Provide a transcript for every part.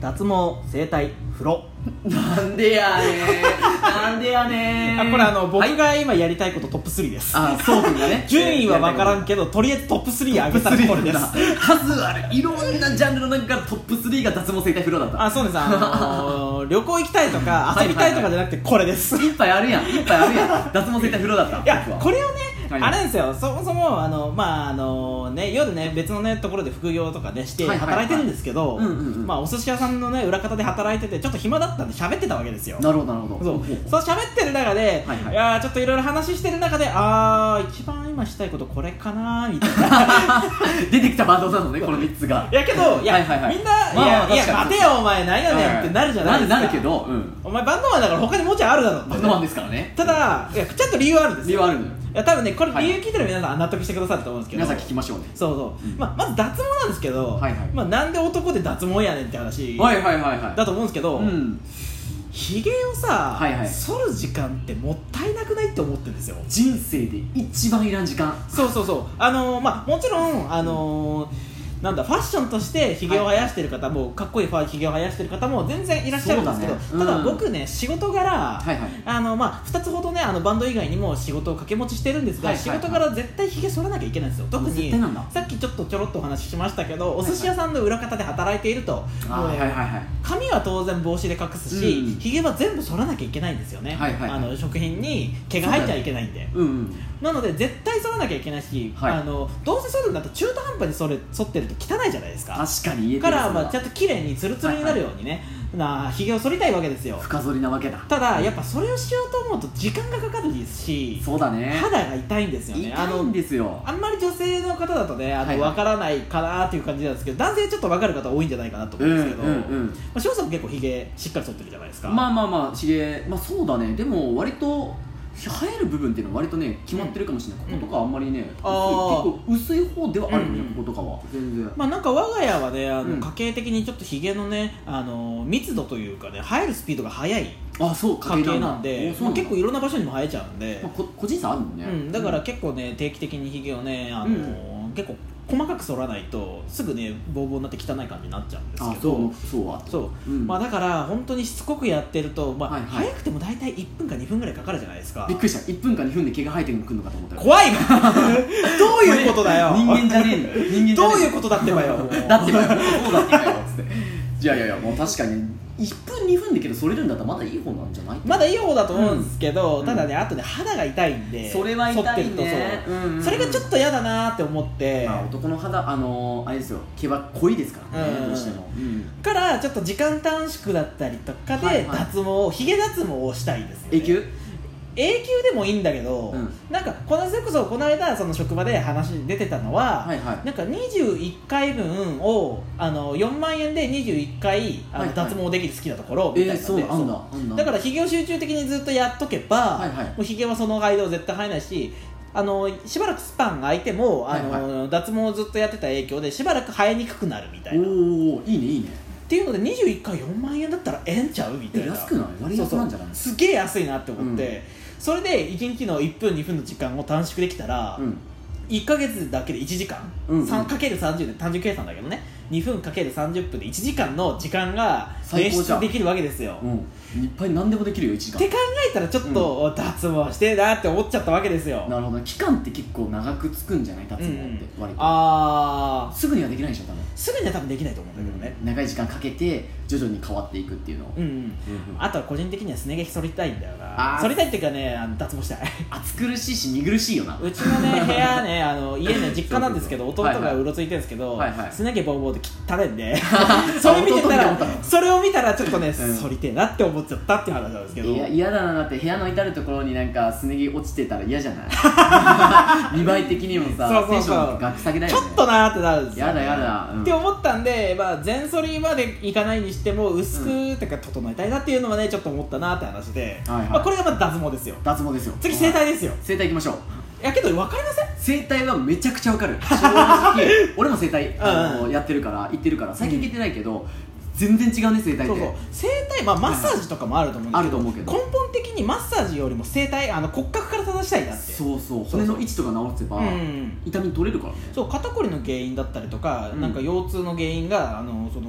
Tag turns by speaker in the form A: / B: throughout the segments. A: 脱毛整体風呂
B: なんでやねんなんでやねん
A: あこれあの
B: はい
A: 僕が今やりたいことトップ3です、
B: あそうくんがね
A: 順位は分からん
B: け
A: けどとりあえずトップ3上
B: ト
A: げ
B: ップ
A: たらこれ
B: 3
A: です
B: だ数あるいろんなジャンルの中からトップ3が脱毛整体風呂だった
A: あそうですあの ー旅行行きたいとか遊びたいとかじゃなくてこれです
B: いっぱいあるやんいっぱいあるやん脱毛整体風呂だった
A: いや
B: 僕は
A: これをね
B: はい
A: あれですよそもそもあのまああのね夜ね別のねところで副業とかねして
B: はいはいはい
A: 働いてるんですけど
B: うんうんうん
A: まあお寿司屋さんのね裏方で働いててちょっと暇だったんで喋ってたわけですよ
B: なるほどなるほど
A: そうそう喋ってる中で、
B: はい
A: い
B: はい
A: やーちょっといろいろ話してる中であー一番今したいことこれかなーみた いな
B: 出てきたワードなのねこの3つが
A: いやけどいや、
B: はいはいはい
A: みんな、
B: まあまあ
A: いやいや
B: 確か
A: 待
B: に
A: てよお前何やねんってなるじゃないですか、
B: なるなるけどうん
A: お前バンドマンだから他にもうちょいあるだろって
B: バンドマンですからね
A: ただいやちゃんと理由はあるんです
B: 理由
A: よ
B: はあるのよ
A: いや多分ねこれ
B: はい
A: 理由聞いてる皆さん納得してくださると思うんですけど、
B: 皆さん聞きましょうね
A: そうそう、
B: うん
A: まあ、まず脱毛なんですけど、
B: はいはい
A: まあ、なんで男で脱毛やねんって話
B: はいはいはいはい
A: だと思うんですけど、
B: うん
A: ひげをさ、
B: はいはい
A: 剃る時間ってもったいなくないって思ってるんですよ
B: 人生で一番いらん時間
A: そうそうそうあのーまあもちろんあのーなんだファッションとしてひげを生やしてる方も、かっこいいファひげを生やしてる方も全然いらっしゃるんですけど、
B: そうだねうん
A: ただ僕ね仕事柄、
B: はいはい
A: あのまあ、2つほどねあのバンド以外にも仕事を掛け持ちしてるんですが、
B: はいはいはい
A: 仕事から絶対ひげ剃らなきゃいけないんですよ特
B: 絶
A: に
B: 対なんだ
A: さっきちょっとちょろっとお話ししましたけどお寿司屋さんの裏方で働いていると、
B: あ
A: もう
B: はいはいはいはい
A: 髪は当然帽子で隠す
B: うん
A: しひげ、は全部剃らなきゃいけないんですよね、
B: はいはいはい
A: あの食品に毛が入っちゃいけないんで。
B: うんうん
A: なので絶対剃らなきゃいけないし、
B: はい
A: あのどうせ剃るんだったら中途半端に剃れ剃ってると汚いじゃないですか
B: 確かに言えてる
A: から、
B: それは
A: まあ、ちゃんと綺麗にツルツルになるようにね、なあひげを剃りたいわけですよ
B: 深剃りなわけだ
A: ただやっぱそれをしようと思うと時間がかかるし
B: そうだね
A: 肌が痛いんですよねあ
B: 痛いん
A: の
B: ですよ
A: あんまり女性の方だとねあ
B: はい
A: の
B: はい
A: 分からないかなっていう感じなんですけど、男性ちょっと分かる方多いんじゃないかなと
B: う
A: 思うんん
B: う
A: で
B: ん
A: すけど、
B: うん
A: まあ、翔さんも結構ひげしっかり剃ってるじゃないですか
B: まあまあまあひげまあそうだねでも割と生える部分っていうのは割とね決まってるかもしれない、
A: うん
B: こことかはあんまりね、
A: あー
B: 薄い結構薄い方ではあるよね、
A: うんうん
B: こことかは全然
A: まあ、なんか我が家はねあ
B: う
A: の
B: ん
A: 家計的にちょっとひげのね、あの密度というかね生えるスピードが速い
B: あそう
A: 家系なんで
B: おそう
A: まあ、
B: なんだ
A: 結構いろんな場所にも生えちゃうんで
B: まあ、、こ個人差あるもんね、
A: うん、だから結構ね定期的にひげをね、あの結構細かく剃らないとすぐねボーボーになって汚い感じになっちゃうんです
B: あ
A: けど
B: そうそうは
A: そう
B: うん
A: まあ、だから本当にしつこくやってると、まあ
B: はいはい
A: 早くても大体1分か2分ぐらいかかるじゃないですか
B: びっくりした1分か2分で毛が生えてくるのかと思ったよ
A: 怖いなどういうことだよ
B: 人間じゃねえんだよ人間じゃねえ
A: どういうことだってばよ
B: だってばよそうだってばよつっていやいやいやもう確かに1分2分だけどそれるんだったらまだいい方なんじゃない
A: まだいい方だと思うんですけど、
B: うん
A: ただねあとね肌が痛いんで
B: それは痛いね
A: 剃ってるとそう、
B: うんうんうん
A: それがちょっと嫌だなって思って、
B: まあ、男の肌あのーあれですよ毛は濃いですからね、
A: うん
B: どうしても、
A: からちょっと時間短縮だったりとか
B: はい
A: で
B: はい
A: 脱毛をひげ脱毛をしたいんですよ、ね、
B: 永久
A: 永久でもいいんだけど、
B: うん
A: なんかこのそれこそこの間その職場で話に出てたのは、
B: はいはい
A: なんか21回分をあの4万円で21回あの、
B: はいはい
A: 脱毛できる好きなところ
B: え
A: みたいな
B: ー、
A: ので
B: そうあん
A: そう
B: だあんだ
A: だからひげを集中的にずっとやっとけば、
B: はいはい
A: もうひげはその間を絶対生えないしあのしばらくスパンが空いてもあの、
B: はい
A: 脱毛をずっとやってた影響でしばらく生えにくくなるみたいなっ
B: おおいいねいいね
A: ていうので21回4万円だったらええんちゃうみたい
B: え
A: な
B: 安くない割安なんじゃない
A: そうそうすげえ安いなって思って、
B: うん
A: それで1日の1分2分の時間を短縮できたら、
B: うん
A: 1か月だけで1時間、
B: うんうん
A: 三かける3 0で単純計算だけどね2分かける3 0分で1時間の時間が
B: 最
A: 捻
B: 高じゃ
A: 出
B: ん
A: できるわけですよ、
B: うんいっぱい何でもできるよ1時
A: っ
B: 間
A: て考えたらちょっと脱毛してえなって思っちゃったわけですよ、
B: なるほど期間って結構長くつくんじゃない脱毛って、
A: うんうん
B: 割と
A: あー
B: すぐにはできないでしょ多分
A: すぐには多分できないと思うんだけどね
B: 長い時間かけて徐々に変わっていくっていうのを、
A: うん、うん
B: うん
A: あとは個人的にはすね毛剃りたいんだよ
B: あ
A: な
B: ー
A: 剃りたいっていうかねあの脱毛したい
B: 暑苦しいし見苦しいよな
A: うちのね部屋 ねあの家ね実家なんですけど
B: そうそ
A: 弟
B: うそうはい
A: が
B: はいう
A: ろついてるんですけど
B: はいはい
A: すね毛ボーボーで汚いん でそれ見てた
B: あ弟見て思った
A: ら
B: の
A: それを見たらちょっとね
B: ん
A: 剃りてえなって思っちゃったっていう話なんですけど
B: いや嫌だなだって部屋の至る所になんかすね毛落ちてたら嫌じゃ ない見栄え的にもさ
A: そうそうそう
B: テンションがくさげだよ
A: ち
B: ね
A: ょっとなーってなるんですよ
B: やだやだ、うん
A: って思ったんで、まあ、全剃りまでいかないにしても薄く、てか整えたいなっていうのはねちょっと思ったなって話で、
B: はいはい
A: まあ、これがまず脱毛ですよ
B: 脱毛ですよ
A: 次整体ですよ
B: 整体行きましょう
A: いやけど分かりません
B: 整体はめちゃくちゃわかる 正直俺も整体
A: う
B: あ
A: ん
B: のやってるから行ってるから最近行けてないけど、全然違うね整体って
A: そうそう整体、まあ、マッサージとかもあると思うんです
B: あると思うけど
A: 根本的にマッサージよりも整体あの骨格から正したいなって
B: そう
A: そう
B: そう
A: そう
B: 骨の位置とか直せば、
A: うん
B: 痛み取れるからね
A: そう肩こりの原因だったりとか、
B: うん
A: なんか腰痛の原因があのその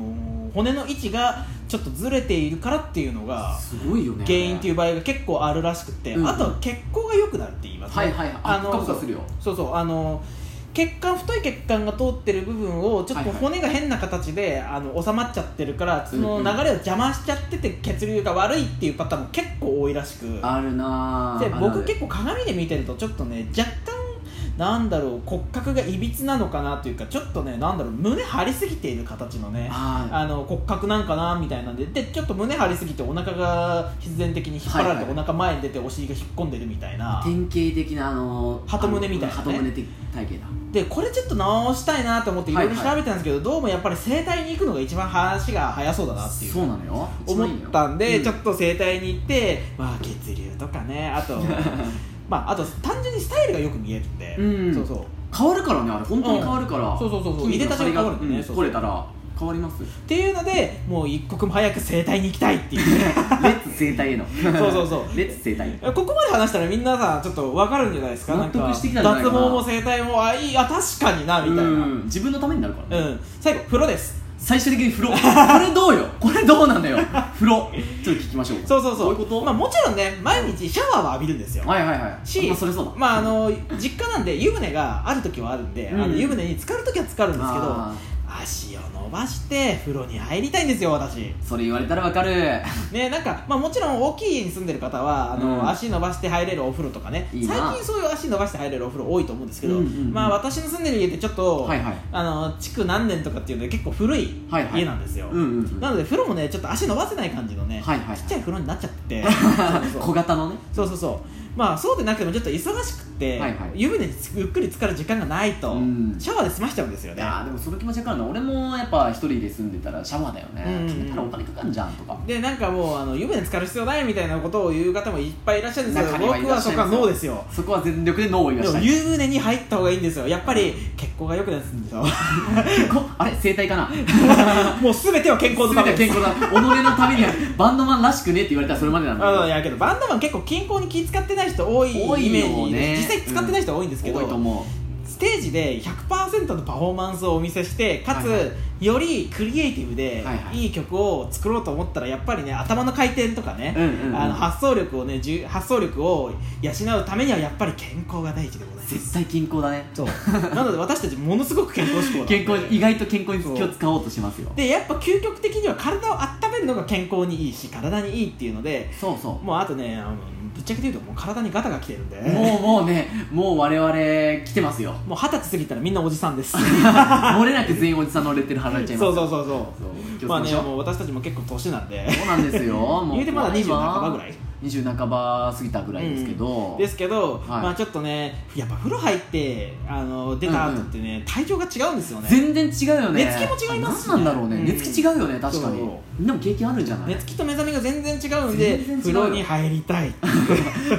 A: 骨の位置がちょっとずれているからっていうのが
B: すごいよね
A: 原因っていうう場合が結構あるらしくて、
B: うん
A: あとは血行が良くなるって言いますね、
B: はいはいはいあ
A: あの
B: ポカポカするよ
A: そうそうあの血管太い血管が通ってる部分をちょっと
B: はいは
A: 骨が変な形で、あの収まっちゃってるからその
B: うんうん
A: 流れを邪魔しちゃってて血流が悪いっていうパターンも結構多いらしく
B: あるな
A: で
B: ぁ
A: 僕結構鏡で見てるとちょっとね若干なんだろう骨格がいびつなのかなというかちょっとねなんだろう胸張りすぎている形のね
B: あ
A: あの骨格なんかなみたいなんででちょっと胸張りすぎてお腹が必然的に引っ張られて、
B: はいはい
A: お腹前に出てお尻が引っ込んでるみたい
B: あ
A: な
B: 典型的なあの
A: 鳩胸みたいなね
B: 鳩胸的体型だ
A: でこれちょっと直したいなと思っていろいろ調べたんですけど、どうもやっぱり整体に行くのが一番話が早そうだなっていう
B: そうなのよ
A: 思ったんで、ちょ
B: っ
A: っと整体に行って、まあ、血流とかねあと まああと単純にスタイルがよく見えるんで、
B: うん
A: そうそう
B: 変わるからねあれ本当に変わるから、
A: そうそうそうそう
B: 筋肉の張り
A: 入れた瞬間
B: が
A: 変わるんだね
B: う
A: そ
B: ん
A: うそう
B: 取れたら変わります
A: っていうのでもう一刻も早く整体に行きたいっていうね
B: レッツ生態への
A: そうそうそう
B: レッツ生態
A: ここまで話したらみんなさちょっと分かるんじゃないですか
B: 納得
A: なんか
B: してきたんじゃないかな
A: 脱毛も整体もあいいあ確かになみたいな、
B: うん自分のためになるから
A: う
B: ね、
A: ん、最後風呂です
B: 最終的に風呂これどうよこれどうなのよ風呂ちょっと聞きましょう
A: そうそうそう
B: どういうこと、
A: まあ、もちろんね毎日シャワーは浴びるんですよ
B: はいはいはい
A: し
B: まあ、それそうだ
A: まああの実家なんで湯船がある時はあるんで、
B: うん
A: あの湯船に浸かる時は浸かるんですけど
B: あ
A: 足を伸ばして風呂に入りたいんですよ私
B: ーそれ言われたらわかる
A: ねなんか、まあ、もちろん大きい家に住んでる方はあの、
B: うん
A: 足伸ばして入れるお風呂とかね
B: いいな
A: 最近そういう足伸ばして入れるお風呂多いと思うんですけど、
B: うんうんうん
A: まあ、私の住んでる家ってちょっと、
B: はいはい
A: あの築何年とかっていうので結構古い
B: はいはい
A: 家なんですよ、
B: うんうんうん
A: なので風呂もねちょっと足伸ばせない感じのね、
B: はいはい
A: ちっちゃい風呂になっちゃって そうそう
B: 小型のね
A: そうそうそうまあそうでなくてもちょっと忙しくって、
B: はいはい
A: 湯船にゆっくり浸かる時間がないと、
B: うん
A: シャワーで済ましちゃうんですよ
B: い
A: ね
B: やーでもその気持ちわかるな俺もやっぱ一人で住んでたらシャワーだよね、
A: うん
B: 決めたらお金かかんじゃんとか
A: でなんかもうあの湯船に浸かる必要ないみたいなことを言う方もいっぱいいらっしゃるんですけ
B: 中
A: ど
B: にはい
A: 僕
B: ら
A: は
B: っし
A: そ
B: ゃい
A: こ
B: ま
A: は
B: すよ
A: ノーですよ
B: そこは全力でノーを言いま
A: で
B: し
A: も
B: た
A: 湯船に入った方がいいんですよやっぱり血行が良くなるんです よ
B: 結構あれ生態かな
A: もう全ては健康のため
B: 全
A: です
B: て健康だ己のためにはバンドマンらしくねって言われたらそれまでなんだけど
A: あのいやけどバンドマン結構均衡に気使ってない人多い
B: 多い
A: イ
B: よ
A: メ
B: ね
A: ージで、実際使ってない人多いんですけど、
B: 多いと思う
A: ステージで100%のパフォーマンスをお見せしてかつ、
B: はいは
A: よりクリエイティブで
B: はいはい
A: いい曲を作ろうと思ったらやっぱりね頭の回転とかね、
B: うんうんうん
A: あの発想力をねじゅ発想力を養うためにはやっぱり健康が第一でございます
B: 絶対健康だね
A: そう なので私たちものすごく健康志向なんで
B: 健康意外と健康に気を使おうとしますよ
A: でやっぱ究極的には体を温めるのが健康にいいし体にいいっていうので
B: そうそう
A: もうあとねあのぶっちゃけて言うともう体にガタが来てるんで
B: もうもうねもう我々来 てますよ
A: もう二十歳過ぎたらみんなおじさん です
B: 漏れなく全員おじさんのレッテル貼られちゃいます
A: そうそう うそうそう
B: そう
A: まあね
B: う
A: もう私たちも結構年なんで
B: そうなん ですよもう
A: 言うてまだ20半ばぐらい
B: 20半ば過ぎたぐらいですけど、
A: ですけど、
B: はい
A: まあちょっとねやっぱ風呂入ってあの出た後ってね、体調が違うんですよね
B: 全然違うよね
A: 寝つきも違いますしね
B: 何なんだろうね、
A: うん
B: 寝つき違うよね確かに
A: そ
B: でも経験あるんじゃない
A: 寝つきと目覚めが全然違うんで
B: 全然違うよ
A: 風呂に入り たい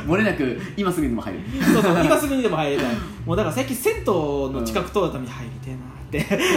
B: 漏れなく今すぐにでも 入る
A: そうそう今すぐにでも入りたいもうだから最近銭湯の近く通るために入りてえ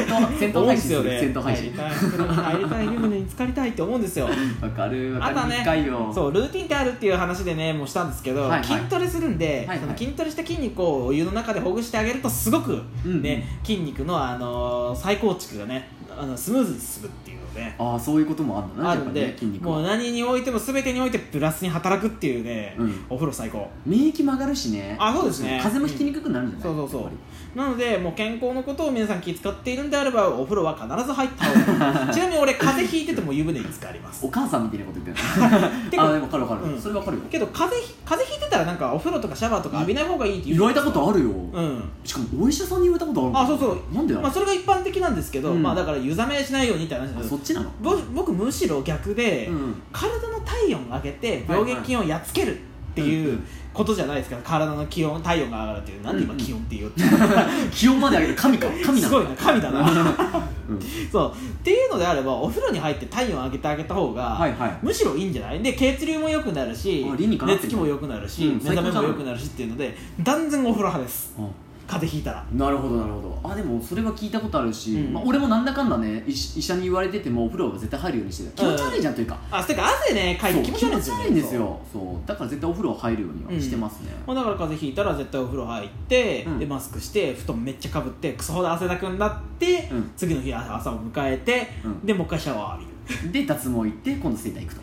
A: なって
B: 戦
A: 思
B: 闘
A: うんで
B: 配信
A: す
B: す
A: よ
B: る
A: ね
B: 戦闘配信
A: 入りたい風呂に入りたい湯船に浸かりたいって思うんです よ
B: わかるわ
A: あと
B: か
A: は
B: る
A: ね
B: 深いよ
A: そうルーティンってあるっていう話でねもうしたんですけど、
B: はいはい
A: 筋トレするんで、
B: いはい
A: その筋トレした筋肉をお湯の中でほぐしてあげるとすごく、
B: うんうん
A: ね筋肉の、あのー再構築がねあのスムーズに進むっていうので、ね、
B: ああそういうこともあるんだな
A: あるん
B: やっぱ
A: で
B: ね、筋肉
A: もう
B: は
A: 何においても全てにおいてプラスに働くっていうね、
B: うん
A: お風呂最高
B: 免疫も上がるしね
A: あそうですね
B: 風邪もひきにくくなるんじゃない
A: そうそうそう
B: やっぱ
A: なのでもう健康のことを皆さん気遣っているんであればお風呂は必ず入った方 がいいちなみに俺風邪ひいてても湯船に浸かりま
B: り
A: す
B: お母さんみたいなこと言って
A: て
B: る
A: か
B: あでもわかるわかる、
A: うん
B: それわかるよ
A: けど風邪ひ風邪ひいてたらなんかお風呂とかシャワーとか浴びない方がいいって言う
B: 言われたことあるよ、
A: うん
B: しかもお医者さんに言われたことあるの
A: あそうそう
B: なんでだろう、
A: まあ、それが一般的なんですけど、
B: うん
A: まあ、だから湯冷めしないようにって話なん
B: あ
A: です
B: そ
A: け
B: っちなの
A: どぼ僕むしろ逆で、
B: うん
A: 体の体温を上げて
B: はいはい
A: 病原菌をやっつけるっていうことじゃないですか、体の気温体温が上がるっていうなんで今
B: うん
A: 気温って言う
B: 気温まで上げて 神か神なの
A: すごいな神だな
B: うん
A: そうっていうのであればお風呂に入って体温を上げてあげた方が、
B: はいはい
A: むしろいいんじゃないで血流も良くなるし
B: あ理にかな
A: 寝
B: ってる
A: つきも良くなるし、
B: うん
A: 目覚め
B: 最高じゃ
A: も
B: ん
A: 良くなるしっていうので断然お風呂派です
B: あ
A: 風邪ひいたら
B: なるほどなるほどあでもそれは聞いたことあるし、
A: うん
B: まあ、俺もなんだかんだね医師医者に言われててもお風呂は絶対入るようにしてた気持ち悪いじゃんというか、
A: あてか汗ねかい
B: そう
A: て気持ち悪いんですよ、ね、
B: 気持ち悪いんですよそうだから絶対お風呂入るようにはしてますね、
A: まあ、だから風邪ひいたら絶対お風呂入って、
B: うん
A: でマスクして布団めっちゃかぶってクソほど汗だくになって、
B: うん
A: 次の日朝朝を迎えて、
B: うん
A: でもう一回シャワー浴びる
B: で脱毛行って今度整体行く と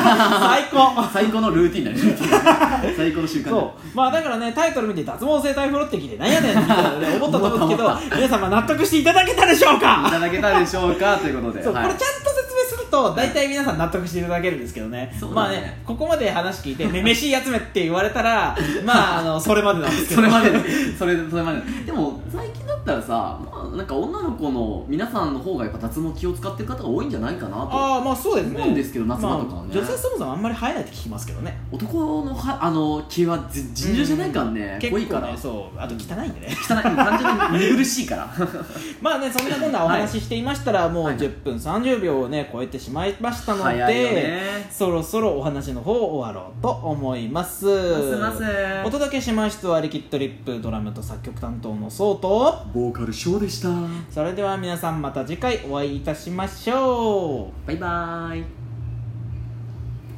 A: 最高
B: 最高のルーティンだねルーティン だね最高の習慣だ
A: そうまあだからねタイトル見て脱毛整体風呂って聞いて何やねんみたいなね思ったと思うんですけ
B: 思った
A: ど皆様納得していただけたでしょう
B: い
A: か
B: ただけたでしょうかということで
A: そう、
B: はい
A: これちゃんと説明すると大体皆さん納得していただけるんですけどね
B: そう
A: ま
B: だ
A: あ
B: ね
A: ねここまで話聞いて「めめしいやつめ」って言われた らまああのそれまでなんですけど
B: それまでの それそれまでのでも最近だったらさ、まあ、なんか女の子の皆さんの方がやっぱ脱毛気を使ってる方が多いんじゃないかなと
A: ああまあそうですね
B: 思うんですけど夏場とかはね
A: まあ女性そもそもあんまり生えないって聞きますけどね
B: 男のはあの毛はぜ尋常じゃないからね
A: 結
B: 濃
A: 構
B: いから、
A: ねそうあと汚いんでね
B: 汚い単純に見 苦しいから
A: まあねそんなこんなお話ししていましたら、もう
B: はい
A: 10分30秒をね超えてしまいましたので、
B: 早いよね
A: そろそろお話の方を終わろうと思います
B: ますます
A: お届けしましたはリキッドリップドラムと作曲担当のソウと
B: ボーカルショーでした
A: それでは皆さんまた次回お会いいたしましょう
B: バイバーイ